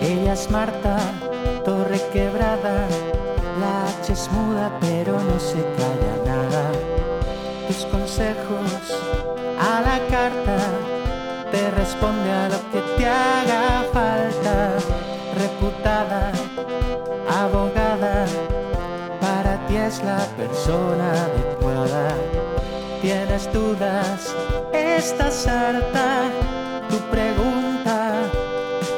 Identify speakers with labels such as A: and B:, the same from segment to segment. A: Ella es Marta, torre quebrada, la H es muda pero no se calla nada. Tus consejos a la carta, te responde a lo que te haga falta. Reputada, abogada, para ti es la persona adecuada. Tienes dudas, estás harta, tu pregunta,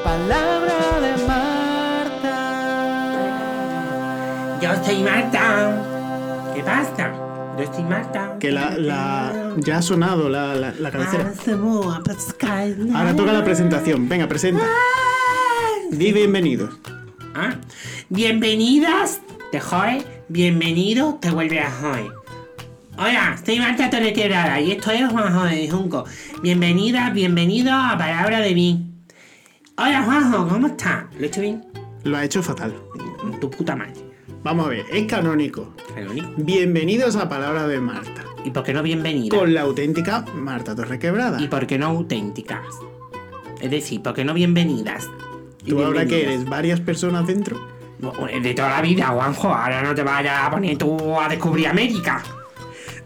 A: palabra de Marta.
B: Yo soy Marta. ¿Qué pasa? Yo soy Marta.
C: Que la, la- ya ha sonado la, la, la
B: Ah,
C: cabecera. Ahora
B: Ahora
C: toca la presentación. Venga, presenta. Di bienvenidos.
B: Ah, Bienvenidas, te joe. Bienvenido, te vuelve a joe. Hola, soy Marta Torre Quebrada y esto es Juan Joe Junco. Bienvenidas, bienvenidos a Palabra de mí. Hola Juanjo, ¿cómo estás? ¿Lo he hecho bien?
C: Lo ha hecho fatal.
B: Tu puta madre.
C: Vamos a ver, es canónico.
B: Canónico.
C: Bienvenidos a Palabra de Marta.
B: ¿Y por qué no bienvenida?
C: Con la auténtica Marta Torrequebrada.
B: ¿Y por qué no auténticas? Es decir, ¿por qué no bienvenidas? Y
C: ¿Tú ahora que
B: bienvenidos.
C: eres? ¿Varias personas dentro?
B: De toda la vida, Juanjo. Ahora no te vayas a poner tú a descubrir América.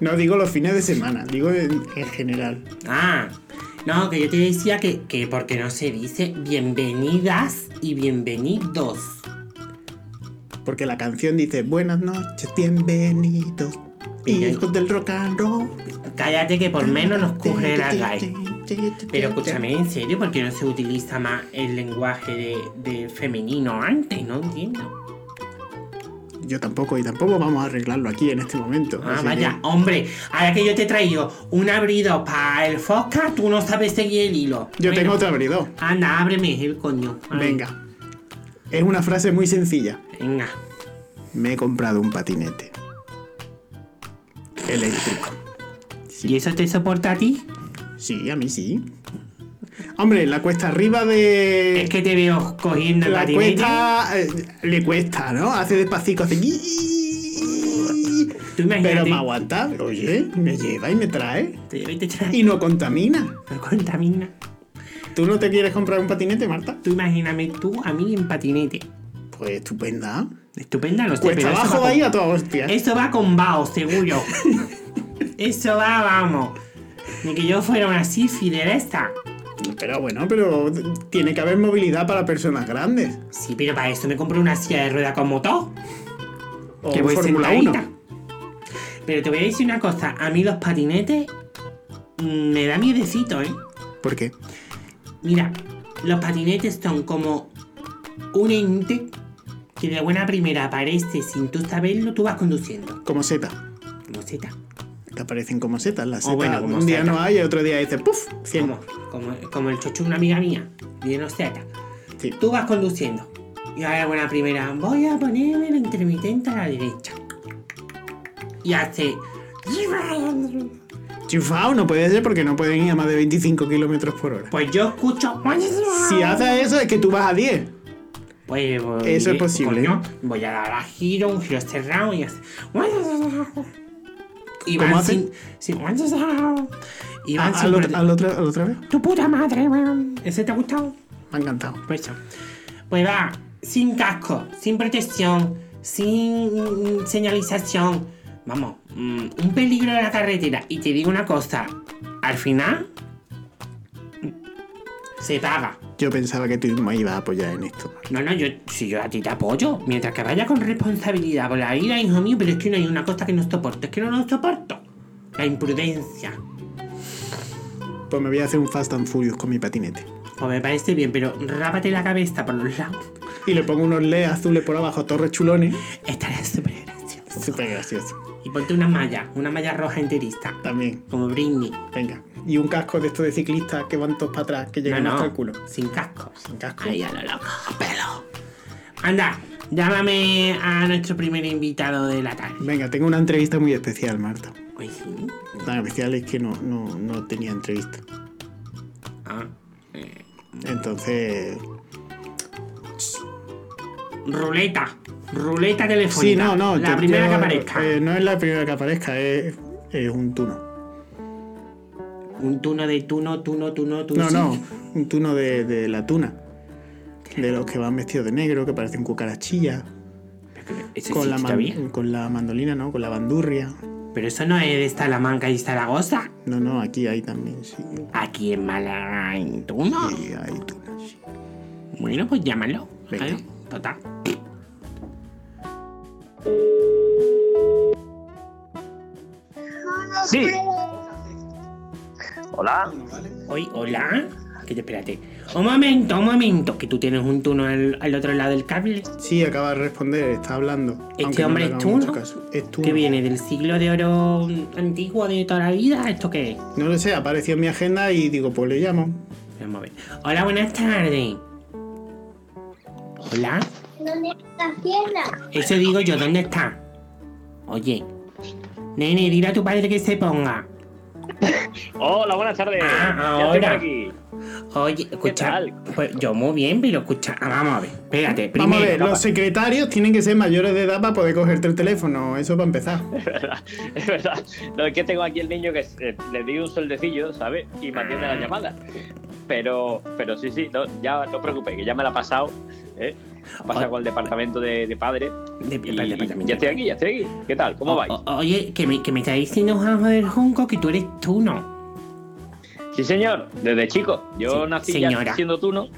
C: No digo los fines de semana, digo en, en general.
B: Ah, no, que yo te decía que, que porque no se dice bienvenidas y bienvenidos.
C: Porque la canción dice Buenas noches, bienvenidos, hijos del rock and roll.
B: Cállate que por menos nos cogen la RAE. Pero escúchame, en serio, porque no se utiliza más el lenguaje de, de femenino antes, no entiendo.
C: Yo tampoco, y tampoco vamos a arreglarlo aquí en este momento.
B: Ah,
C: así que-
B: vaya, hombre, ahora que yo te he traído un abridor para el Fosca, tú no sabes seguir el hilo.
C: Yo
B: Bueno,
C: tengo otro abridor.
B: Anda, ábreme el coño. Ay,
C: Venga. Es una frase muy sencilla.
B: Venga.
C: Me he comprado un patinete. Eléctrico.
B: ¿Y eso te soporta a ti?
C: Sí, a mí sí. Hombre, la cuesta arriba de.
B: Es que te veo cogiendo el
C: Eh, la
B: patinete.
C: cuesta. eh, le cuesta, ¿no? Hace despacito, hace.
B: Tú imagínate.
C: Pero me aguanta. Oye, me lleva y me trae.
B: Te llevo y te traigo.
C: Y no contamina.
B: No contamina.
C: ¿Tú no te quieres comprar un patinete, Marta?
B: Tú imagíname tú a mí en patinete.
C: Pues estupenda.
B: Estupenda, no sé,
C: Cuesta
B: pero eso
C: abajo
B: va
C: de ahí a
B: con...
C: toda hostia.
B: Eso va con vaos, seguro. eso va, vamos. Ni que yo fuera una sífi de esta.
C: Pero bueno, pero tiene que haber movilidad para personas grandes.
B: Sí, pero para eso me compro una silla de rueda con motor.
C: O
B: que
C: un
B: voy
C: Fórmula 1.
B: sentadita. Pero te voy a decir una cosa. A mí los patinetes mm, me da miedecito, ¿eh?
C: ¿Por qué?
B: Mira, los patinetes son como un ente que de buena primera aparece sin tú saberlo, tú vas conduciendo.
C: Como seta.
B: Como Z.
C: Te aparecen como setas. Las
B: O
C: setas
B: bueno, como
C: un día
B: seta.
C: no hay, otro día dices ¡puf! 100.
B: Como, como, como el chocho de una amiga mía, de los Z.
C: Sí.
B: Tú vas conduciendo. Y ahora de buena primera, voy a ponerme la intermitente a la derecha. Y hace.
C: Chifao no puede ser porque no pueden ir a más de 25 kilómetros por hora.
B: Pues yo escucho.
C: Si haces eso es que tú vas a 10.
B: Pues, voy-
C: Eso es posible.
B: coño, voy a dar a giro, un giro cerrado y así. Y
C: ¿Cómo
B: van
C: hacen?
B: sin, sin- Y van
C: Ah,
B: sin
C: al
B: prote-
C: otro- al otro- al otra vez.
B: Tu puta madre, weón. ¿Ese te ha gustado?
C: Me ha encantado.
B: Pues, eso. pues va, sin casco, sin protección, sin mm, señalización. Vamos, mm, un peligro en la carretera. Y te digo una cosa, al final mm, se paga.
C: Yo pensaba que tú me ibas a apoyar en esto.
B: No, no, yo, si yo a ti te apoyo, mientras que vaya con responsabilidad por la vida, hijo mío, pero es que no hay una cosa que no soporto, es que no lo soporto. La imprudencia.
C: Pues me voy a hacer un Fast and Furious con mi patinete.
B: Pues me parece bien, pero rápate la cabeza por los lados.
C: Y le pongo unos LED azules por abajo, torres chulones.
B: Estará súper gracioso.
C: Súper gracioso.
B: Y ponte una malla, una malla roja enterista,
C: También.
B: como Britney.
C: Venga. Y un casco de estos de ciclistas que van todos para atrás, que llegan hasta el culo.
B: sin casco.
C: Sin casco.
B: Ahí a lo loco, pelo. Anda, llámame a nuestro primer invitado de la tarde.
C: Venga, tengo una entrevista muy especial, Marta.
B: Uy, sí.
C: Tan especial es que no, no, no tenía entrevista.
B: Ah,
C: Entonces.
B: Pues Ruleta. Ruleta telefónica.
C: Sí, no, no.
B: La
C: te-
B: primera
C: yo-
B: que aparezca.
C: eh, no es la primera que aparezca, es, es un tuno.
B: Un tuno de tuno, tuno, tuno, tuno.
C: No, no, un tuno de, de la tuna. de los que van vestidos de negro, que parecen cucarachillas,
B: Eso
C: con,
B: sí
C: la
B: que
C: man-
B: todavía.
C: con la mandolina, ¿no? Con la bandurria.
B: Pero eso no es de Salamanca y Zaragoza.
C: No, no, aquí hay también, sí.
B: Aquí en Málaga, en Tuno.
C: Y hay tunas, sí.
B: Bueno, pues llámalo. Tota.
C: Venga.
B: Claro, Total.
D: Sí. Hola.
B: Hoy, hola. Que te espérate. Un momento, un momento. Que tú tienes un Tuno al, al otro lado del cable.
C: Sí, acaba de responder, está hablando.
B: Este
C: aunque no
B: hombre
C: le
B: es
C: hagamos
B: tuno.
C: mucho caso. Es tuno.
B: Que viene del siglo de oro antiguo de toda la vida. ¿Esto qué es?
C: No lo sé, apareció en mi agenda y digo, pues le llamo.
B: Vamos a ver. Hola, buenas tardes. Hola.
E: ¿Dónde está la pierna?
B: Eso digo yo, ¿dónde está? Oye. Nene, dile a tu padre que se ponga.
D: Hola, buenas tardes.
B: Ah,
D: Ya estoy por
B: ahora.
D: aquí.
B: Oye, escucha.
D: tal?
B: Pues yo muy bien, pero escucha. ah, vamos a ver. Espérate, primero.
C: Vamos a ver, los secretarios tienen que ser mayores de edad para poder cogerte el teléfono, eso para empezar.
D: Es verdad. Lo que tengo aquí el niño que es- eh, le di un soldecillo, ¿sabes? Y me atiende
B: Ah.
D: la llamada. Pero, pero sí, sí, no, ya no os preocupéis, que ya me la ha pasado. ¿eh? Ha pasado con el departamento de, de padres.
B: De-
D: Y-
B: espérate, espérate, espérate.
D: ya estoy aquí, ya estoy aquí. ¿Qué tal? ¿Cómo
B: O-
D: vais?
B: o- oye, que me, que me está diciendo Juanjo del Junco que tú eres tú, ¿no?
D: Sí, señor, desde chico. Yo
B: Sí,
D: nací
B: señora.
D: ya siendo tuno.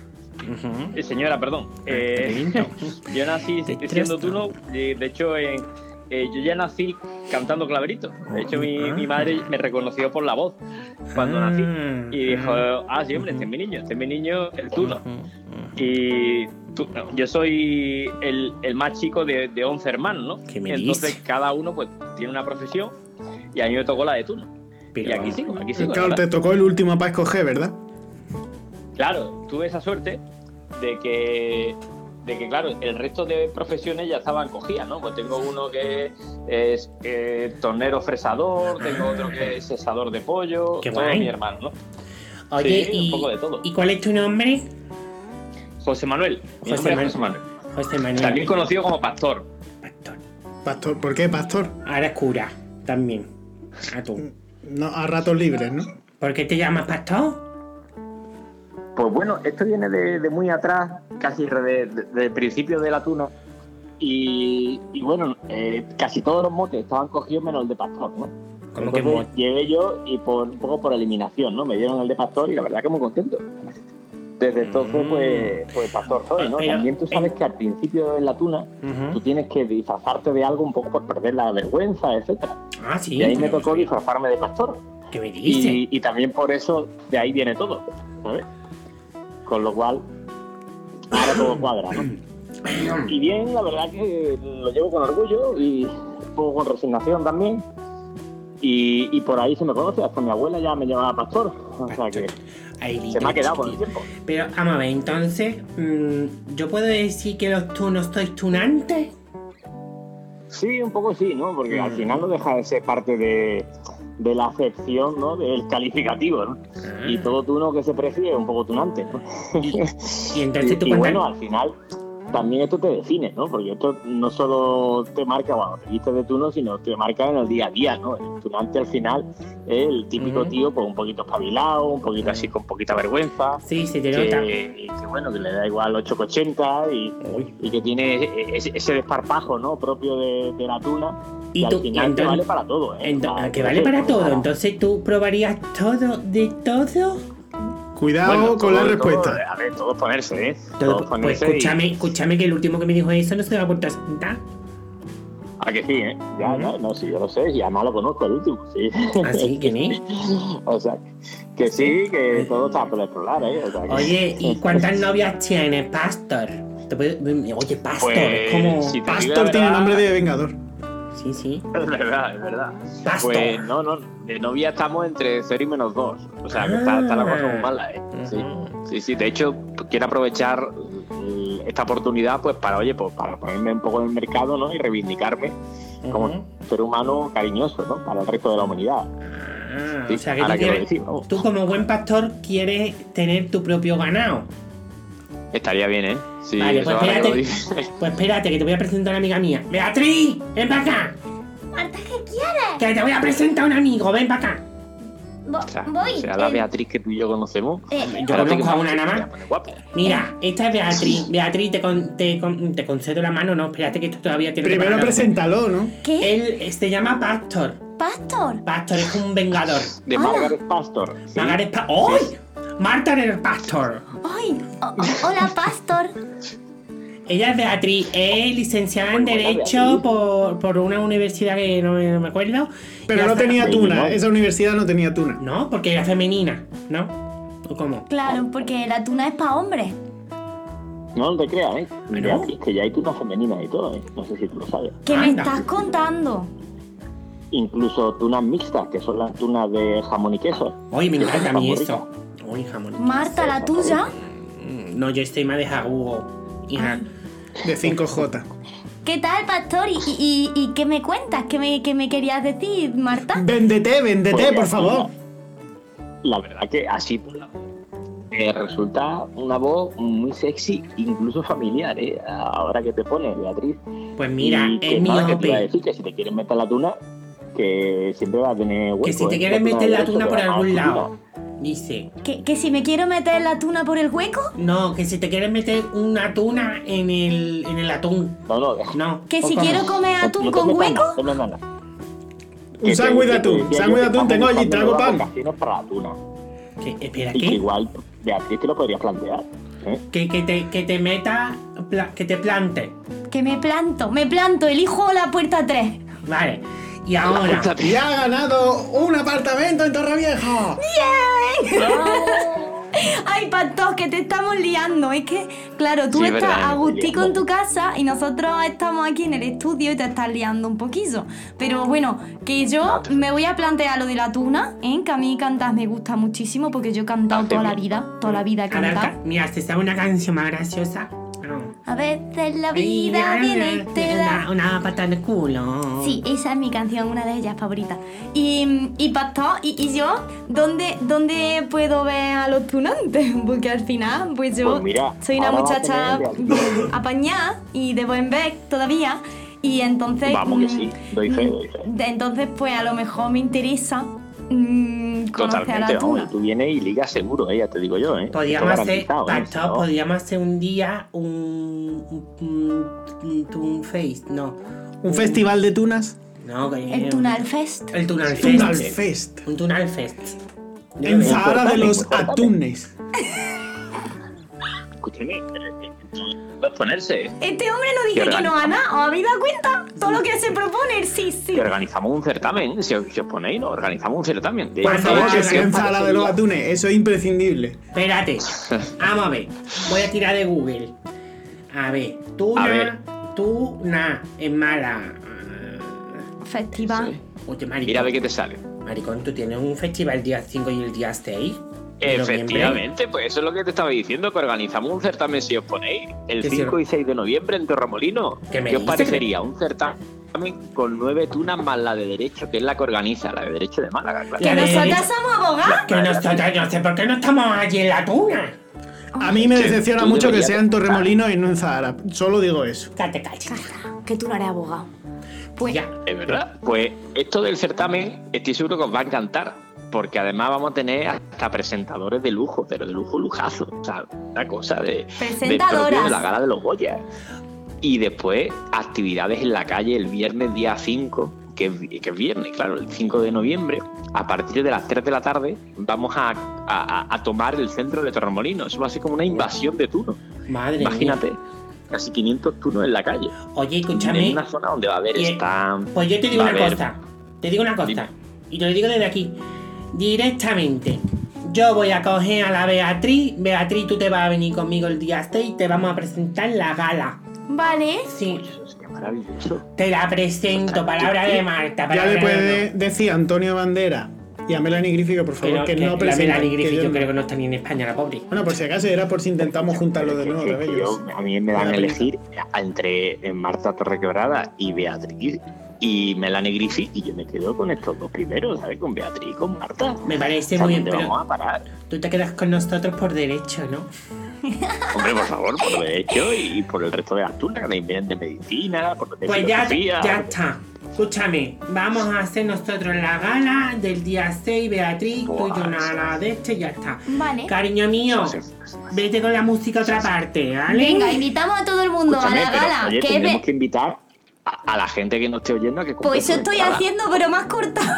D: Eh, señora, perdón. Eh, yo nací
B: Ah, Te
D: siendo
B: traes
D: tuno. eh, De hecho, eh, eh, yo ya nací cantando claverito. De hecho, mi,
B: Ah.
D: mi madre me reconoció por la voz cuando nací. Y dijo, ah, sí, hombre, este es mi niño, este es mi niño, el tuno. Y tú- yo soy el, el más chico de, de 11 hermanos, ¿no?
B: ¿Qué me
D: Entonces,
B: dices?
D: cada uno pues tiene una profesión y a mí me tocó la de tuno.
B: Pero,
D: y aquí sigo, aquí sigo. la
C: claro,
D: verdad.
C: te tocó el último para escoger, ¿verdad?
D: Claro, tuve esa suerte de que, de que claro, el resto de profesiones ya estaban cogidas, ¿no? Pues tengo uno que es eh, tornero fresador, tengo otro que es cesador de pollo,
B: Qué
D: todo
B: guay.
D: mi hermano, ¿no?
B: Oye,
D: sí,
B: y,
D: un poco de todo.
B: ¿y cuál es tu nombre?
D: José Manuel, mi
B: José
D: nombre es
B: Manuel.
D: José Manuel.
B: José Manuel.
D: También conocido como Pastor.
B: Pastor.
C: Pastor, ¿por qué pastor?
B: Ahora es cura, también. A tú.
C: No, a ratos libres, ¿no?
B: ¿Por qué te llamas pastor?
D: Pues bueno, esto viene de, de muy atrás, casi de- de- del principio del atuno. Y, y bueno, eh, casi todos los motes estaban cogidos menos el de pastor, ¿no?
B: Como que
D: Entonces,
B: mo-
D: llegué yo y por un poco por eliminación, ¿no? Me dieron el de pastor y la verdad que muy contento. Desde entonces,
B: Mm.
D: pues, pues pastor soy, ¿no?
B: Pero-
D: También tú sabes que al principio en la tuna tú
B: Ujú.
D: tienes que disfrazarte de algo un poco por perder la vergüenza, etcétera.
B: Ah, sí.
D: Y ahí me
B: pero-
D: tocó disfrazarme de pastor.
B: ¿Qué me dices?
D: Y, y también por eso de ahí viene todo, ¿sabes? Con lo cual, ahora todo cuadra, ¿no? Y bien, la verdad que lo llevo con orgullo y un poco con resignación también. Y, y por ahí se me conoce, hasta mi abuela ya me llamaba pastor. O sea que
B: Ahí
D: se me ha quedado con el
B: chiquitín.
D: tiempo.
B: Pero, vamos a ver, entonces, mm, ¿yo puedo decir que los tunos sois tunantes?
D: Sí, un poco sí, ¿no? Porque al
B: Mm.
D: final no deja de ser parte de, de la acepción, ¿no? Del calificativo, ¿no? Y
B: Mm.
D: todo tuno que se precie es un poco tunante, ¿no?
B: Ah. Y entonces tú
D: y, y
B: cuentas-
D: bueno, al final también esto te define, ¿no? Porque esto no solo te marca cuando te vistes de turno, sino te marca en el día a día, ¿no? El tunante al final es el típico
B: Ujú.
D: tío con un poquito espabilado, un poquito así con poquita vergüenza,
B: Sí, se te nota.
D: que, y que, bueno, que le da igual 8,80 y, y que tiene e- e- ese desparpajo, ¿no? Propio de, de la tuna.
B: Y
D: que
B: tú-
D: al final te
B: entonces-
D: vale para todo, ¿eh?
B: Ento-
D: O sea,
B: que vale para
D: entonces,
B: todo.
D: nada.
B: Entonces tú probarías todo de todo.
C: Cuidado
D: Bueno,
C: con la
D: todo-
C: respuesta.
D: todo- a ver, todo ponerse, ¿eh?
B: Todo-
D: Todo
B: pues
D: ponerse. y-
B: escúchame, escúchame que el último que me dijo eso no se va a contar nada.
D: Ah, que sí, ¿eh? Ya, ya, no, sí, yo lo sé, y además lo conozco el último, sí.
B: Así que ni.
D: o sea, que sí, que todo está por explorar, ¿eh? O sea, que-
B: Oye, ¿y cuántas novias tienes, Pastor? Te puedo- Oye, Pastor,
D: Pues,
B: ¿cómo?
D: si te digo
C: Pastor
D: la
C: tiene
D: verdad-
C: nombre de vengador.
B: Sí, sí.
D: Es verdad, es verdad.
B: Pastor.
D: Pues no, no, de novia estamos entre 0 y menos 2. O sea, que está, está la cosa muy mala, ¿eh?
B: Ah.
D: Sí,
B: Ujú.
D: sí, sí. De hecho, quiero aprovechar eh, esta oportunidad, pues, para, oye, pues, para ponerme un poco en el mercado, ¿no? Y reivindicarme
B: Ujú.
D: como ser humano cariñoso, ¿no? Para el resto de la humanidad.
B: Ah,
D: Sí,
B: o sea que
D: ahora
B: tú,
D: que lo
B: quieres-
D: decimos.
B: tú como buen pastor quieres tener tu propio ganado.
D: Estaría bien, ¿eh? Sí,
B: Vale,
D: eso
B: pues,
D: ahora que lo
B: espérate.
D: dices.
B: Pues espérate, que te voy a presentar a una amiga mía. ¡Beatriz! ¡Ven para acá!
E: Marta, ¿qué quieres?
B: ¡Que te voy a presentar a un amigo! ¡Ven para acá!
E: Vo-
D: Esta
E: voy.
D: Será la
E: eh,
D: Beatriz que tú y yo conocemos.
E: eh,
B: Yo
D: Ahora te
B: conozco a
D: quedas-
B: una nada
D: te
B: más.
D: pone guapo.
B: Mira,
D: Eh.
B: esta es Beatriz. Beatriz, te, con- te, con- te concedo la mano. No, espérate que esto todavía tiene que
C: Primero
B: parar.
C: preséntalo, ¿no?
E: ¿Qué?
B: Él eh, se llama Pastor.
E: ¿Pastor?
B: Pastor es un vengador.
D: De
E: Hola.
D: Margaret Pastor. sí.
B: Margaret Pa- ¡Ay! Marta el Pastor.
E: ¡Ay! o- o- hola, Pastor.
B: Ella es Beatriz, es licenciada en
D: Muy buena,
B: Derecho
D: Oh. Beatriz.
B: por, por una universidad que no me, no me acuerdo.
C: Pero
B: Y
C: no
B: hace-
C: tenía tuna,
D: Mínimo.
C: esa universidad no tenía tuna.
B: No, porque era femenina, ¿no? ¿O cómo?
E: Claro, porque la tuna es para hombres.
D: No te creas, ¿eh?
B: Bueno.
D: Beatriz, que ya hay tunas femeninas y todo, ¿eh? No sé si tú lo sabes.
E: ¿Qué me
B: Anda.
E: estás contando?
D: Incluso tunas mixtas, que son las tunas de jamón y queso.
B: Hoy me
D: Yo
B: encanta a
D: soy
B: mí
D: favorita.
B: eso. Uy, jamón. Mm,
E: Marta, la tuya.
B: No, yo estoy más de jagugo. Hija.
C: De 5J.
E: ¿Qué tal, Pastor? ¿Y, y, y qué me cuentas? ¿Qué me, qué me querías decir, Marta?
C: Véndete, véndete,
D: Pues,
C: por favor.
D: La verdad que así por la eh, resulta una voz muy sexy, incluso familiar, ¿eh? Ahora que te pone, Beatriz.
B: Pues mira,
D: Y que
B: es mi
D: nada, que te iba a
B: OP.
D: decir que si te quieres meter la tuna, que siempre va a tener hueco.
B: Que si te
D: ¿eh?
B: quieren
D: La tuna
B: meter la
D: derecha
B: tuna
D: te ah,
B: por
D: va a
B: algún
D: dar
B: lado. Dice,
E: ¿Que, que si me quiero meter la tuna por el hueco?
B: no, que si te quieren meter una tuna en el, en el atún.
D: No, no, deja-
B: No.
E: ¿Que
B: ¿o
E: si
B: cómo?
E: quiero comer
D: no
E: atún
D: te
E: con
D: metas
E: hueco?
D: nada, no te metas nada. Que
C: Un
D: te-
C: sándwich de
D: que te
C: atún,
D: decía yo
C: sándwich de
D: que
C: atún tengo
D: estamos
C: allí,
D: buscando
C: trago
D: nuevas
C: pan.
D: vocaciones para la tuna.
B: Que- espera,
D: Y que
B: ¿qué?
D: igual, Beatriz, te lo podrías plantear. ¿eh?
B: Que, que te, que te meta, pla- que te plante.
E: Que me planto, me planto, elijo la puerta 3.
B: Vale. Y ahora,
C: Y ha ganado un apartamento en Torrevieja.
E: Ay, Pastor, que te estamos liando. Es que, claro, tú
D: Sí, es
E: estás
D: verdad,
E: a
D: me estoy
E: gustico en
D: liando.
E: tu casa y nosotros estamos aquí en el estudio y te estás liando un poquillo. Pero bueno, que yo me voy a plantear lo de la tuna, ¿eh? que a mí cantar me gusta muchísimo porque yo he cantado
D: Hace
E: toda la
D: bien.
E: vida, toda la vida he
B: Adapta.
E: cantado.
B: Mira, se sabe una canción más graciosa. No.
E: A veces la vida viene y te da...
B: una, una pata en el culo.
E: Sí, esa es mi canción, una de ellas favoritas. Y, y Pastor, y, y yo, ¿dónde, ¿dónde puedo ver a los tunantes? Porque al final, pues yo
D: Pues mira,
E: soy una
D: ahora vas a
E: muchacha
D: tener
E: apañada y de buen ver todavía. Y entonces.
D: Vamos que
E: mm,
D: sí, doy fe,
E: mm,
D: doy fe.
E: de- Entonces, pues a lo mejor me interesa mm, conocer a
D: Totalmente,
E: la
D: vamos,
E: tuna.
D: tú vienes y ligas seguro, eh, ya te digo yo, ¿eh?
B: Podríamos
D: Esto
B: hacer,
D: garantizado, ¿eh?
B: Pato,
D: No.
B: podríamos hacer un día un. un. un, un face, no.
C: Un festival de tunas.
B: No, que.
E: El Tunal Fest.
B: El Tunal Fest.
C: Tunal Fest.
B: Un Tunal Fest.
C: En
D: Importante,
C: Sahara de los
D: importante.
C: Atunes.
D: Escúchame, pero es que- va a ponerse. eh,
E: Este hombre no dice
D: Qué
E: que no a nada, ¿os habéis dado cuenta? Todo lo que se propone, sí, sí.
D: Que organizamos un certamen, si os, si os ponéis, ¿no? Organizamos un certamen. De-
B: Por
C: Por favor,
B: favor,
C: que sea en
B: para
C: Sahara de los Atunes. Eso es imprescindible.
B: Espérate. Vamos a ver. Voy a tirar de Google. A ver. Tuna.
D: A ver.
B: Tuna. Es mala.
E: Festival.
D: Sí.
B: Oye,
D: Mira a
B: maricón.
D: ver qué te sale.
B: Maricón, tú tienes un festival el día 5 y el día 6.
D: Efectivamente, pues eso es lo que te estaba diciendo, que organizamos un certamen si os ponéis el
B: Que sí.
D: 5 y 6 de noviembre en Torremolino.
B: ¿Qué me
D: ¿Qué os
B: dices?
D: parecería? Un certamen con nueve tunas más la de derecho, que es la que organiza, la de derecho de Málaga, claro.
E: ¿Que
B: Ya ves.
E: nosotras somos abogadas?
B: Que nosotros, yo sé por qué no estamos allí en la tuna.
C: A mí me
D: Que
C: decepciona
D: tú
C: mucho que
D: deberías
C: sea en
D: estar.
C: Torremolino y no en Zahara. Solo digo eso.
B: Cállate, cállate.
E: Que tú no eres abogado. Pues
B: Ya.
D: Es verdad. Pues esto del certamen, estoy seguro que os va a encantar. Porque además vamos a tener hasta presentadores de lujo, pero de lujo lujazo. O sea, una cosa de.
E: Presentadoras.
D: De, propio de la gala de los Goya. Y después actividades en la calle el viernes día 5, que es, vi- que es viernes, claro, el 5 de noviembre, a partir de las 3 de la tarde, vamos a, a- a- a tomar el centro de Torremolinos. Eso va a ser como una invasión de turno.
B: Madre mía.
D: Imagínate, casi 500 turnos en la calle.
B: Oye,
D: En
B: escúchame.
D: una zona donde va a haber
B: Y-
D: stand,
B: Pues yo te digo
D: Va a
B: una
D: haber-
B: cosa. Te digo una cosa.
D: Dime.
B: Y te lo digo desde aquí. Directamente. Yo voy a coger a la Beatriz. Beatriz, tú te vas a venir conmigo el día 6 y te vamos a presentar la gala.
E: Vale.
B: Sí.
D: Eso sería maravilloso.
B: Te la presento. Palabra de Marta.
C: Ah, Ya
B: palabra
C: le
B: de-
C: puede decir a Antonio Bandera y a Melanie Griffith, que por
B: Pero
C: favor, que,
B: que
C: no
B: la
C: presenten.
B: Melanie
C: que
B: Griffith
C: yo
B: yo
C: no-
B: creo que no está ni en España, la pobre.
C: Bueno, por si acaso era por si intentamos juntarlo de nuevo,
D: Es
C: ¿sabes?
D: que
C: Yo
D: yo- a mí me
C: Me
D: dan
C: da
D: a
C: pena.
D: elegir entre eh, Marta Torrequebrada y Beatriz y Melanie Griffith y yo me quedo con estos dos primeros, ¿sabes? Con Beatriz y con Marta.
B: Me
D: O
B: parece
D: sea,
B: muy bien,
D: ¿dónde
B: pero
D: vamos a parar?
B: tú te quedas con nosotros por derecho, ¿no?
D: Hombre, por favor, por lo que he hecho y por el resto de Asturias, que también de medicina, por lo de
B: Pues ya,
D: filosofía.
B: ya está. Escúchame, vamos a hacer nosotros la gala del día 6, Beatriz, tú y yo una gala de este y ya está.
E: Vale.
B: Cariño mío, vete con la música a otra parte, ¿vale?
E: Venga, invitamos a todo el mundo a
D: Escúchame,
E: la
D: pero,
E: gala.
D: oye,
E: que
D: tendremos
E: ve-
D: que invitar a, a la gente que no esté oyendo a que compre
E: Pues eso
D: su
E: estoy
D: entrada.
E: haciendo, pero más cortado.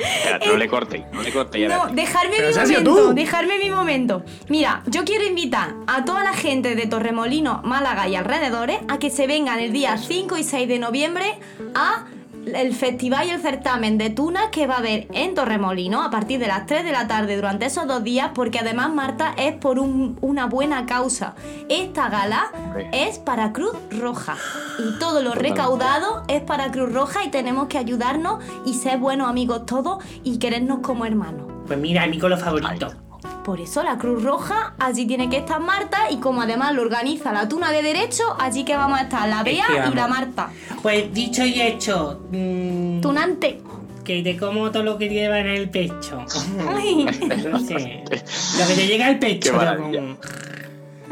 D: Espera, no le cortéis, no le cortéis.
E: No,
D: ahora.
E: dejarme
C: Pero
E: mi
C: se ha sido
E: momento,
C: tú.
E: dejarme mi momento. Mira, yo quiero invitar a toda la gente de Torremolino, Málaga y alrededores a que se vengan el día 5 y 6 de noviembre a el festival y el certamen de tunas que va a haber en Torremolino a partir de las 3 de la tarde durante esos dos días porque además Marta es por un- una buena causa. Esta gala
D: Hombre.
E: es para Cruz Roja y todo lo recaudado es para Cruz Roja y tenemos que ayudarnos y ser buenos amigos todos y querernos como hermanos.
B: Pues mira, mi color favorito.
E: Por eso la Cruz Roja, allí tiene que estar Marta y como además lo organiza la Tuna de Derecho, allí que vamos a estar la
B: que
E: Bea y
D: Este
B: vamos.
E: la Marta.
B: Pues dicho y hecho, mm,
E: Tunante.
B: que te como todo lo que lleva en el pecho.
E: Ay,
B: No sé, lo que te llega al pecho. Ah,
D: Qué
B: te lo
D: maravilla.
B: como.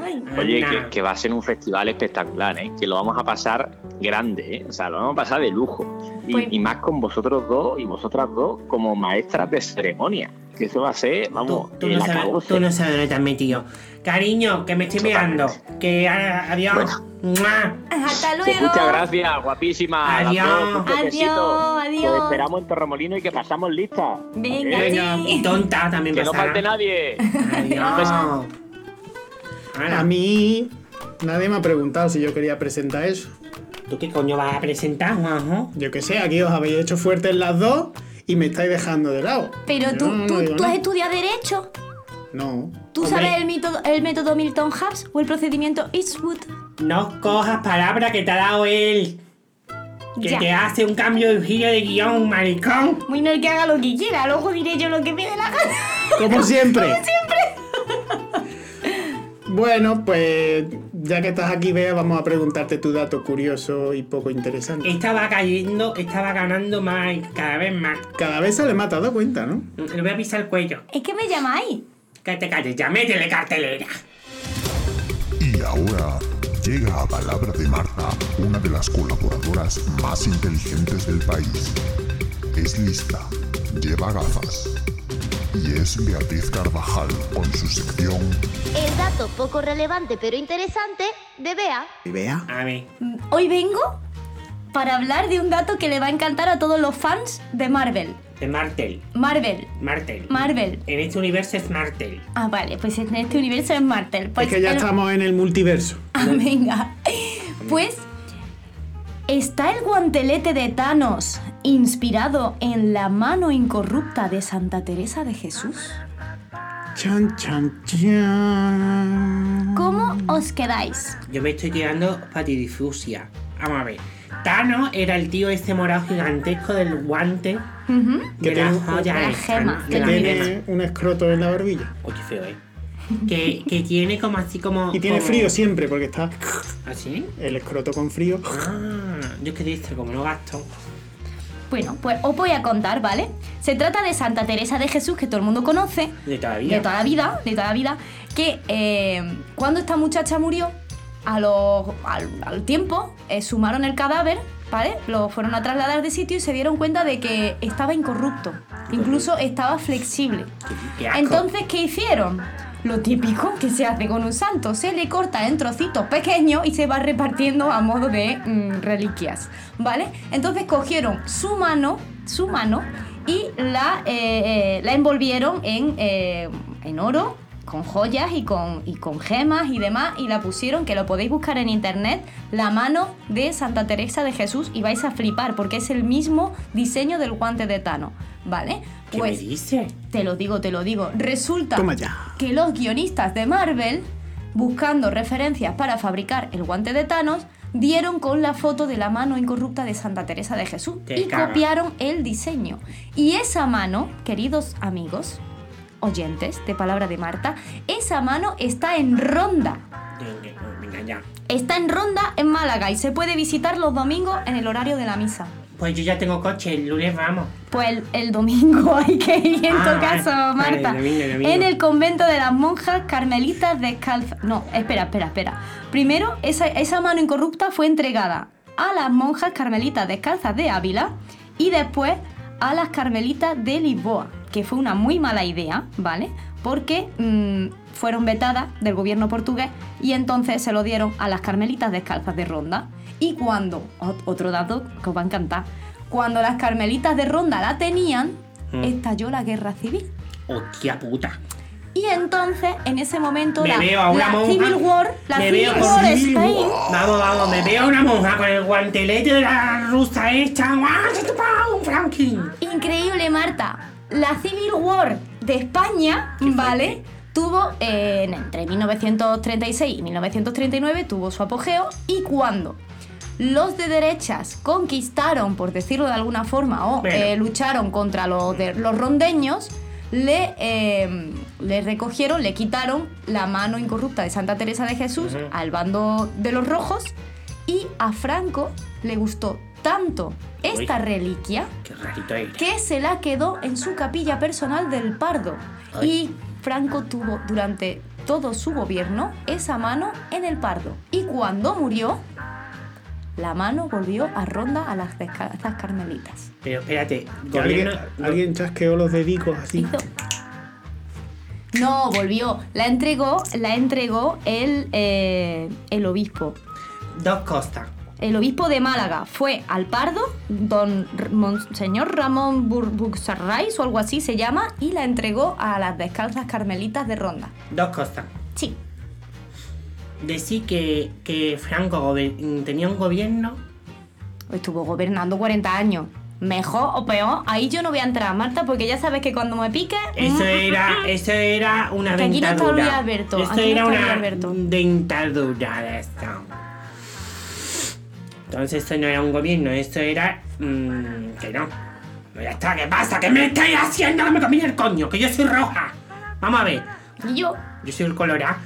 E: ay.
D: Oye,
B: Anda.
D: que, que va a ser un festival espectacular, ¿eh? que lo vamos a pasar grande, ¿eh? o sea, lo vamos a pasar de lujo. Y,
E: Pues-
D: y más con vosotros dos y vosotras dos como maestras de ceremonia. Que eso va a ser, vamos,
B: Tú, tú
D: el
B: no sabes,
D: acabose.
B: tú no sabes dónde te has metido. Cariño, que me estoy mirando. Que a- adiós. ¡Mua!
E: Hasta
D: Pues
E: luego.
D: muchas gracias, guapísima.
B: Adiós.
D: Un besito.
E: Adiós, adiós.
D: Os esperamos en Torremolino y que pasamos listas.
E: Venga,
D: ¿Eh?
B: Venga,
E: sí.
B: y tonta también
D: Que no
B: pasará.
D: falte nadie.
B: Adiós. Ana,
C: A mí nadie me ha preguntado si yo quería presentar eso.
B: ¿Tú qué coño vas a presentar, Juanjo?
C: Yo qué sé, aquí os habéis hecho fuertes las dos y me estáis dejando de lado.
E: Pero
C: Yo
E: tú,
C: no
E: tú,
C: digo
E: tú has
C: nada.
E: estudiado Derecho.
C: No.
E: ¿Tú
B: Hombre.
E: sabes el, mito- el método Milton Hubs o el procedimiento Eastwood?
B: No cojas palabras que te ha dado él. Que
E: Ya.
B: te hace un cambio de giro de guión, maricón.
E: Bueno, el que haga lo que quiera, luego diré yo lo que me dé la gana.
C: Como siempre. Como siempre. Bueno, pues ya que estás aquí, Bea, vamos a preguntarte tu dato curioso y poco interesante.
B: Estaba cayendo, estaba ganando más, y cada vez más.
C: Cada vez se le mata, dado cuenta, ¿no?
B: Le voy a pisar el cuello.
E: Es que ¿Eh, me llamáis.
B: Que te calles, ya métele cartelera.
F: Y ahora llega a palabra de Marta, una de las colaboradoras más inteligentes del país. Es lista, lleva gafas. Y es Beatriz Carvajal con su sección
G: El dato poco relevante pero interesante de Bea.
C: Y Bea.
B: A ver.
E: Hoy vengo para hablar de un dato que le va a encantar a todos los fans de Marvel.
B: De Martel.
E: Marvel,
B: Martel.
E: Marvel.
B: en este universo es Martel.
E: Ah, vale, pues en este universo es Marvel. Pues
C: es que ya
E: el-
C: estamos en el multiverso.
E: Ah, venga. Pues está el guantelete de Thanos inspirado en la mano incorrupta de Santa Teresa de Jesús.
C: Chan, chan, chan.
E: ¿Cómo os quedáis?
B: Yo me estoy tirando patidifusia. Vamos a ver. Thanos era el tío ese morado gigantesco del guante
E: Ujú.
C: Que
B: de la
C: tiene-
B: joya
E: de la
B: esta,
E: gema,
B: ¿no?
E: que
B: De la
E: tiene-
B: gema.
C: Tiene un escroto en la barbilla.
B: Uy, qué feo, eh. que, que tiene como así como.
C: Y tiene
B: como-
C: frío siempre porque está
B: ¿Así?
C: el escroto con frío.
B: Ah, yo es que dice, como no gasto.
E: Bueno, pues os voy a contar, ¿vale? Se trata de Santa Teresa de Jesús, que todo el mundo conoce,
B: De todavía.
E: de toda la vida, de toda la vida, que eh, cuando esta muchacha murió, a los- al, al tiempo eh, sumaron el cadáver, ¿vale? Lo fueron a trasladar de sitio y se dieron cuenta de que estaba incorrupto, incluso estaba flexible.
B: Qué asco.
E: Entonces, ¿qué hicieron? Lo típico que se hace con un santo, se le corta en trocitos pequeños y se va repartiendo a modo de mm, reliquias, ¿vale? Entonces cogieron su mano, su mano, y la, eh, eh, la envolvieron en, eh, en oro, con joyas y con, y con gemas y demás, y la pusieron, que lo podéis buscar en internet, la mano de Santa Teresa de Jesús, y vais a flipar, porque es el mismo diseño del guante de Tano, ¿vale?
B: ¿Qué
E: pues-
B: me dice?
E: Te lo digo, te lo digo. Resulta
C: Toma ya.
E: que los guionistas de Marvel, buscando referencias para fabricar el guante de Thanos, dieron con la foto de la mano incorrupta de Santa Teresa de Jesús
B: Te
E: y
B: cagas.
E: copiaron el diseño. Y esa mano, queridos amigos, oyentes de Palabra de Marta, esa mano está en Ronda.
B: Venga, ya.
E: Está en Ronda en Málaga y se puede visitar los domingos en el horario de la misa.
B: Pues yo ya tengo coche, el lunes vamos.
E: Pues el, el domingo hay que ir en
B: Ah,
E: tu caso,
B: vale,
E: Marta.
B: el domingo, el domingo.
E: En el convento de las monjas carmelitas descalzas. No, espera, espera, espera. Primero, esa, esa mano incorrupta fue entregada a las monjas carmelitas descalzas de Ávila y después a las carmelitas de Lisboa, que fue una muy mala idea, ¿vale? Porque mm, fueron vetadas del gobierno portugués y entonces se lo dieron a las carmelitas descalzas de Ronda. Y cuando, ot- otro dato que os va a encantar, cuando las carmelitas de Ronda la tenían,
B: Mm.
E: estalló la guerra civil.
B: Hostia puta.
E: Y entonces, en ese momento,
B: Me
E: la,
B: veo a una
E: la
B: monja.
E: Civil War, la
B: Me
E: Civil
B: veo con
E: War
B: Civil
E: Spain,
B: War. Vamos, vamos, me veo a una monja con el guantelete de la rusa hecha. ¡Guau, se te paga un franking!
E: Ah, Increíble, Marta. La Civil War de España, ¿vale? Tuvo eh, entre 1936 y 1939 tuvo su apogeo y cuando los de derechas conquistaron, por decirlo de alguna forma, o
B: Bueno.
E: eh, lucharon contra los, de, los rondeños, le, eh, le recogieron, le quitaron la mano incorrupta de Santa Teresa de Jesús
B: Ujú.
E: al bando de los rojos y a Franco le gustó tanto esta
B: Uy.
E: reliquia
B: Qué rarito es.
E: que se la quedó en su capilla personal del Pardo.
B: Ay.
E: Y Franco tuvo durante todo su gobierno esa mano en el Pardo. Y cuando murió, la mano volvió a ronda a las descalzas carmelitas.
B: Pero espérate,
C: ¿Alguien,
B: gobierno.
C: alguien chasqueó los dedicos así.
E: Hizo- No, volvió. La entregó, la entregó el, eh, el obispo.
B: Dos cosas.
E: El obispo de Málaga fue al Pardo, don R- Monseñor Ramón Bur- Buxarrais o algo así se llama, y la entregó a las descalzas carmelitas de Ronda.
B: Dos cosas.
E: Sí.
B: Decí que, que Franco gobe- tenía un gobierno.
E: Estuvo gobernando 40 años. Mejor o peor, ahí yo no voy a entrar, Marta, porque ya sabes que cuando me pique.
B: Eso
E: mm,
B: era, eso era una
E: Que aquí no está
B: dentadura.
E: Luis Alberto,
B: Eso
E: aquí no
B: era
E: está
B: una
E: Luis Alberto.
B: dentadura de esta. Entonces esto no era un gobierno, esto era mm, que no. No, ya está, ¿qué pasa? ¿Qué me estáis haciendo? Que me comí el coño, que yo soy roja. Vamos a ver,
E: Y yo.
B: yo soy el colorado.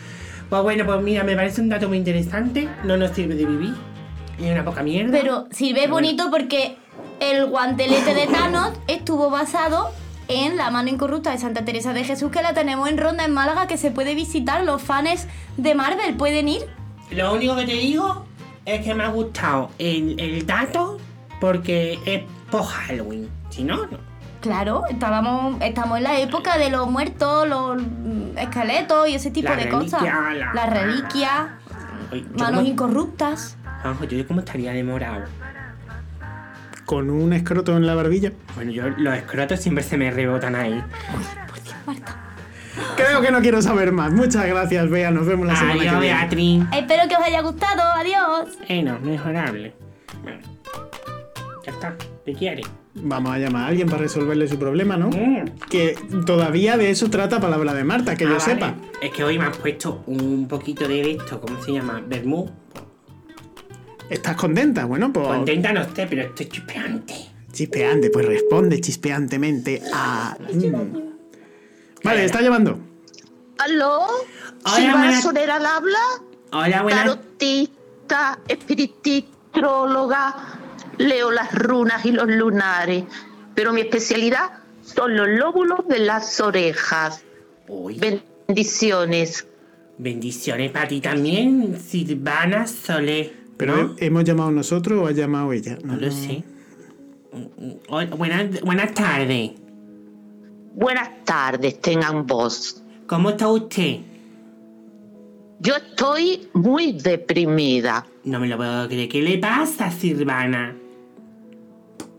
B: Pues bueno, pues mira, me parece un dato muy interesante. No nos sirve de vivir. Es una poca mierda.
E: Pero sirve bonito porque el guantelete de Thanos estuvo basado en la mano incorrupta de Santa Teresa de Jesús, que la tenemos en Ronda, en Málaga, que se puede visitar. Los fans de Marvel pueden ir.
B: Lo único que te digo es que me ha gustado el, el dato porque es post Halloween. Si no, no.
E: Claro, estábamos, estamos en la época de los muertos, los mm, esqueletos y ese tipo
B: La
E: de
B: reliquia,
E: cosas.
B: la-
E: Las reliquias,
B: Ay, yo
E: manos
B: como-
E: incorruptas.
B: Juanjo, yo como estaría demorado.
C: Con un escroto en la barbilla.
B: Bueno, yo los escrotos siempre se me rebotan ahí.
C: Creo que no quiero saber más. Muchas gracias, Bea. Nos vemos la semana que
B: Adiós,
C: viene.
B: Beatriz.
E: Espero que os haya gustado. Adiós.
B: Eh, no, mejorable. Bueno, ya está. ¿Te quiere?
C: Vamos a llamar a alguien para resolverle su problema, ¿no?
B: Mm.
C: Que todavía de eso trata palabra de Marta, que
B: Ah,
C: yo
B: vale.
C: sepa.
B: Es que hoy me has puesto un poquito de esto, ¿cómo se llama? Bermú.
C: ¿Estás contenta? Bueno, pues.
B: Contenta no esté, pero estoy chispeante.
C: Chispeante, pues responde chispeantemente a. Mm. Vale, está llamando.
H: ¿Aló?
B: Hola,
H: ¿Silvana
B: buenas-
H: Soler al habla?
B: Hola, buenas.
H: Tarotista, espiritista, astróloga. Leo las runas y los lunares, pero mi especialidad son los lóbulos de las orejas.
B: Uy,
H: Bendiciones.
B: bendiciones para ti también, Silvana Solé.
C: Pero
B: ¿no?
C: ¿he- ¿hemos llamado nosotros o ha llamado ella?
B: No
C: No,
B: lo sé. Mm, mm, hola, Buenas, buenas tardes.
H: Buenas tardes, tengan voz.
B: ¿Cómo está usted?
H: Yo estoy muy deprimida.
B: No me lo puedo creer. ¿Qué le pasa, Silvana?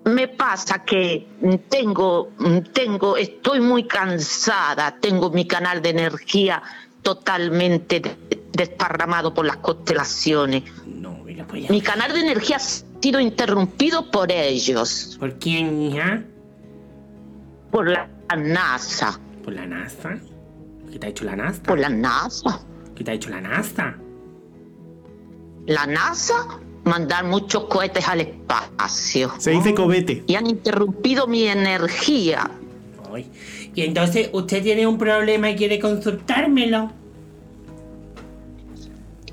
H: Me pasa que tengo, tengo, estoy muy cansada, tengo mi canal de energía totalmente de- desparramado por las constelaciones.
B: No me lo puedo
H: Mi canal de energía ha sido interrumpido por ellos,
B: ¿Por quién, hija?
H: por la NASA,
B: ¿Por la NASA? ¿Qué te ha hecho la NASA?
H: por la NASA.
B: ¿Qué te ha hecho la NASA?
H: La NASA mandar muchos cohetes al espacio
C: Se
B: Oh.
C: dice cobete.
H: y han interrumpido mi energía.
B: Ay. Y entonces, ¿usted tiene un problema y quiere consultármelo?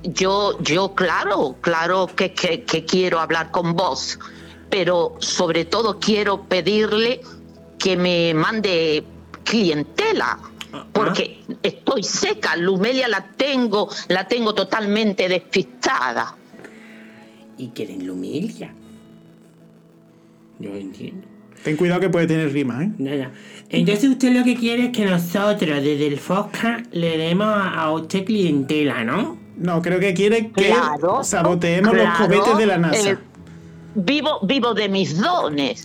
H: Yo, yo, claro, claro que, que- que quiero hablar con vos. pero sobre todo quiero pedirle que me mande clientela. Porque estoy seca, Lumelia la tengo, la tengo totalmente despistada.
B: ¿Y quieren Lumilia? Yo entiendo.
C: Ten cuidado que puede tener rima, ¿eh?
B: Nada. Entonces usted lo que quiere es que nosotros desde el Fosca le demos a, a usted clientela, ¿no?
C: No, creo que quiere que
H: Claro,
C: saboteemos los
H: claro,
C: cohetes de la NASA.
H: eh, vivo, vivo de mis dones.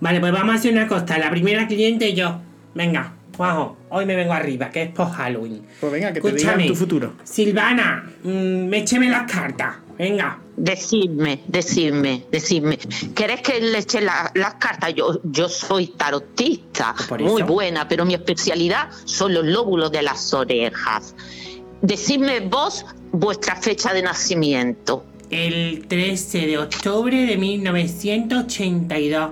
B: Vale, pues vamos a hacer una cosa. La primera cliente yo. Venga, Juanjo, hoy me vengo arriba, que es post Halloween.
C: Pues venga, que te digan tu futuro.
B: Silvana, mm, écheme las cartas. Venga.
H: Decidme, decidme, decidme. ¿Querés que le eche la- las cartas? Yo, yo soy
C: Ah,
H: tarotista,
B: Por eso.
H: muy buena, pero mi especialidad son los lóbulos de las orejas. Decidme vos vuestra fecha de nacimiento.
B: El 13 de octubre de 1982.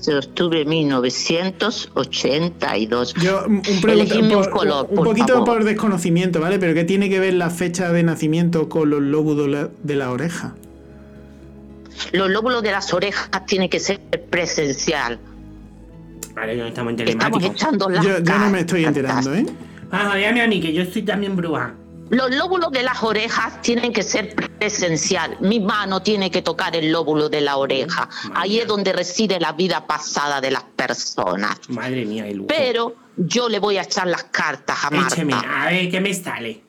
H: Se octubre de 1982.
C: Yo, un, un pregunta-
H: Elegidme un
C: por-
H: color,
C: un
H: por
C: poquito
H: favor.
C: por desconocimiento, ¿vale? Pero ¿qué tiene que ver la fecha de nacimiento con los lóbulos de la- de la oreja?
H: Los lóbulos de las orejas tienen que ser presencial.
B: Vale, no estamos en
H: Estamos
B: telemático.
H: echando las
C: Yo, yo no me estoy
H: cartas.
C: enterando, ¿eh?
B: Juanjo, dígame a mí, que yo soy también bruja.
H: Los lóbulos de las orejas tienen que ser presencial. Mi mano tiene que tocar el lóbulo de la oreja. Ahí es donde reside la vida pasada de las personas.
B: Madre mía, el lujo.
H: Pero yo le voy a echar las cartas a
B: Écheme,
H: Marta.
B: a ver qué me sale.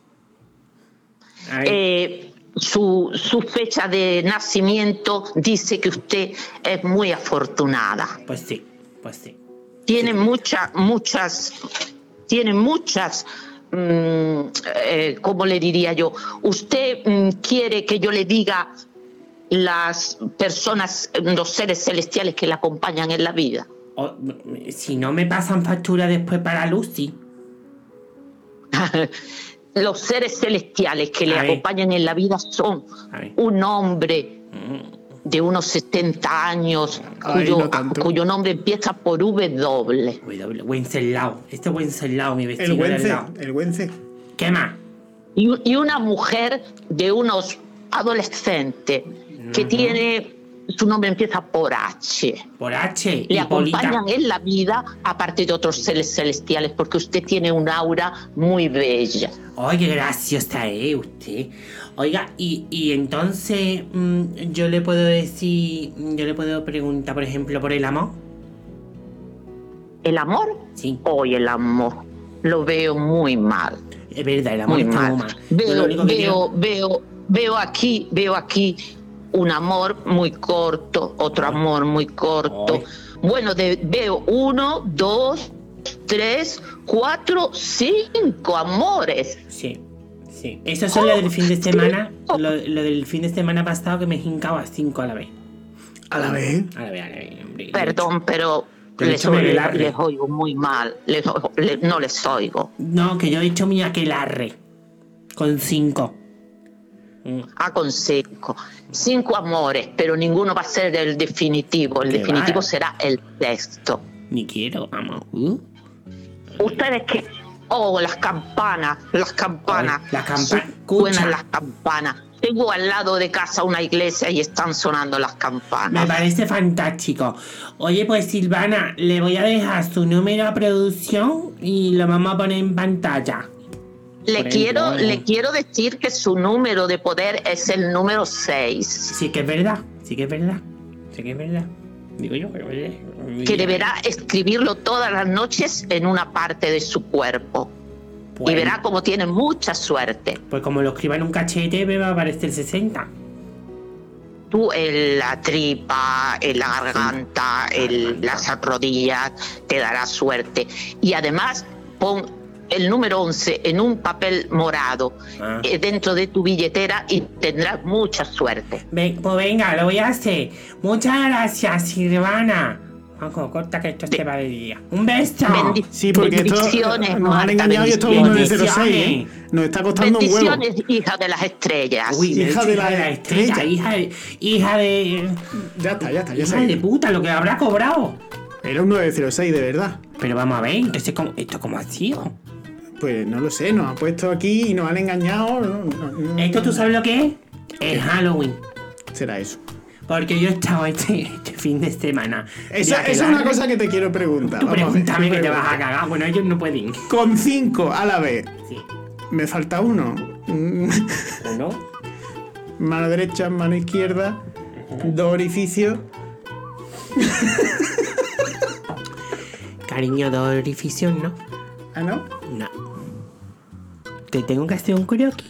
B: A ver.
H: Eh, su, su fecha de nacimiento dice que usted es muy afortunada.
B: Pues sí, pues sí.
H: Tiene muchas, muchas, tiene muchas, mm, eh, ¿cómo le diría yo? Usted mm, quiere que yo le diga las personas, mm, los seres celestiales que la acompañan en la vida.
B: O- Oh, si no me pasan factura después para Lucy.
H: los seres celestiales que le
B: Ahí.
H: acompañan en la vida son
B: Ahí.
H: un hombre de unos 70 años
C: Mm. Ay,
H: cuyo,
C: no tanto.
H: cuyo nombre empieza por W.
B: W, Wenceslao. Este Wenceslao, mi vecino
C: El
B: del
C: güence,
B: lado.
C: el güence.
B: ¿Qué más?
H: y, y una mujer de unos adolescentes que tiene su nombre empieza por H.
B: Por H,
H: Le
B: Hipólita.
H: acompañan en la vida, aparte de otros seres celestiales, porque usted tiene un aura muy bella.
B: Oye, qué graciosa es usted. Oiga, y, y entonces mm, yo le puedo decir, yo le puedo preguntar, por ejemplo, por el amor.
H: ¿El amor?
B: Sí,
H: Hoy el amor lo veo muy mal.
B: es verdad, el amor
H: Muy
B: está
H: mal.
B: muy mal. Yo lo
H: Veo,
B: único que
H: veo, veo, veo aquí, veo aquí un amor muy corto, otro amor muy corto.
B: Ay.
H: Bueno, de- veo uno, dos, tres, cuatro, cinco amores.
B: quiero- Sí, sí. Eso son lo del fin de semana, lo, lo del fin de semana pasado que me hincaba cinco a la vez.
C: A la vez.
B: A la vez, a la vez. hombre.
H: Perdón, pero
B: Pero
H: les,
B: échame el
H: oigo,
B: arre.
H: les oigo muy mal. Les o- le- no les oigo.
B: No, que yo he hecho mi aquelarre. Con cinco.
H: Ah, con cinco. Cinco amores, pero ninguno va a ser el definitivo. El
B: Qué bárbaro.
H: definitivo será el sexto.
B: Ni quiero, vamos. Uh.
H: Ustedes que. Oh, las campanas, las campanas.
B: Ay, las campanas. Escucha.
H: Suenan las campanas. Tengo al lado de casa una iglesia y están sonando las
B: Me
H: campanas.
B: parece fantástico. Oye, pues Silvana, le voy a dejar su número a producción y lo vamos a poner en pantalla.
H: Le
B: Por
H: quiero,
B: ejemplo,
H: le quiero decir que su número de poder es el número 6,
B: Sí que es verdad, sí que es verdad, sí que es verdad. Digo yo, pero oye,
H: que deberá escribirlo todas las noches en una parte de su cuerpo.
B: pues-
H: Y verá cómo tiene mucha suerte.
B: Pues como lo escriba en un cachete, me va a aparecer 60.
H: Tú en la tripa, en la garganta, en las rodillas, te dará suerte. Y además pon el número 11 en un papel morado
B: Ah.
H: eh, dentro de tu billetera y tendrás mucha suerte.
B: Ven, pues venga, lo voy a hacer. Muchas gracias, Silvana. Juanjo, corta que esto se va de día. Un beso.
H: Bendi-
C: Sí, porque esto
H: bendiciones,
C: nos han
H: Marta,
C: engañado y esto es un
H: bendiciones.
C: 906, ¿eh? Nos está costando un huevo.
H: Bendiciones, hija de las estrellas.
B: Uy, me he
C: Hija
B: hecho
C: de la estrella.
B: hija de, hija de,
C: Ya está, ya está, ya
B: hija de
C: está.
B: puta, lo que habrá cobrado.
C: Era un 906, de verdad.
B: Pero vamos a ver, entonces, ¿cómo- ¿esto cómo ha sido?
C: Pues no lo sé, nos ha puesto aquí y nos han engañado. no, no, no.
B: ¿Esto tú sabes lo que es? Es Halloween.
C: será eso.
B: Porque yo he estado este, este fin de semana.
C: Esa,
B: Mira que
C: esa es
B: la-
C: una cosa que te quiero preguntar.
B: Tú
C: Vamos a ver,
B: pregúntame
C: tú
B: que te vas a
C: pregunta.
B: cagar. Bueno, ellos no pueden.
C: Con cinco a la vez.
B: Sí.
C: Me falta uno. Mm,
B: Uno,
C: mano derecha, mano izquierda. Dos orificios.
B: cariño, dos orificios, ¿no?
C: Ah, ¿no?
B: No. Te tengo que hacer un croquis.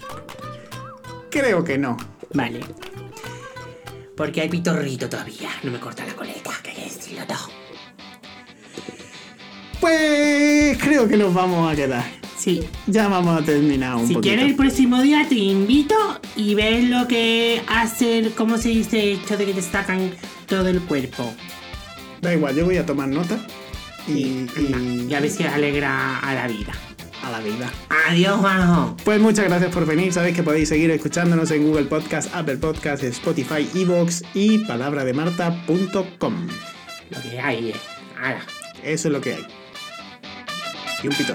C: Creo que no.
B: Vale. Porque hay pitorrito todavía. No me corta la coleta, que hay que decirlo todo.
C: Pues creo que nos vamos a quedar.
B: Sí.
C: Ya vamos a terminar un
B: si
C: poquito.
B: quieres pues- el próximo día te invito y ves lo que hace, cómo se dice esto de que te sacan todo el cuerpo.
C: Da igual, yo voy a tomar nota. Y, y-
B: Y a ver si alegra a la vida.
C: a la vida.
B: Adiós, Juanjo.
C: Pues muchas gracias por venir. Sabéis que podéis seguir escuchándonos en Google Podcast, Apple Podcast, Spotify, Evox y palabrademarta.com.
B: Lo que hay eh. es. Ala.
C: Eso es lo que hay. Y un pito.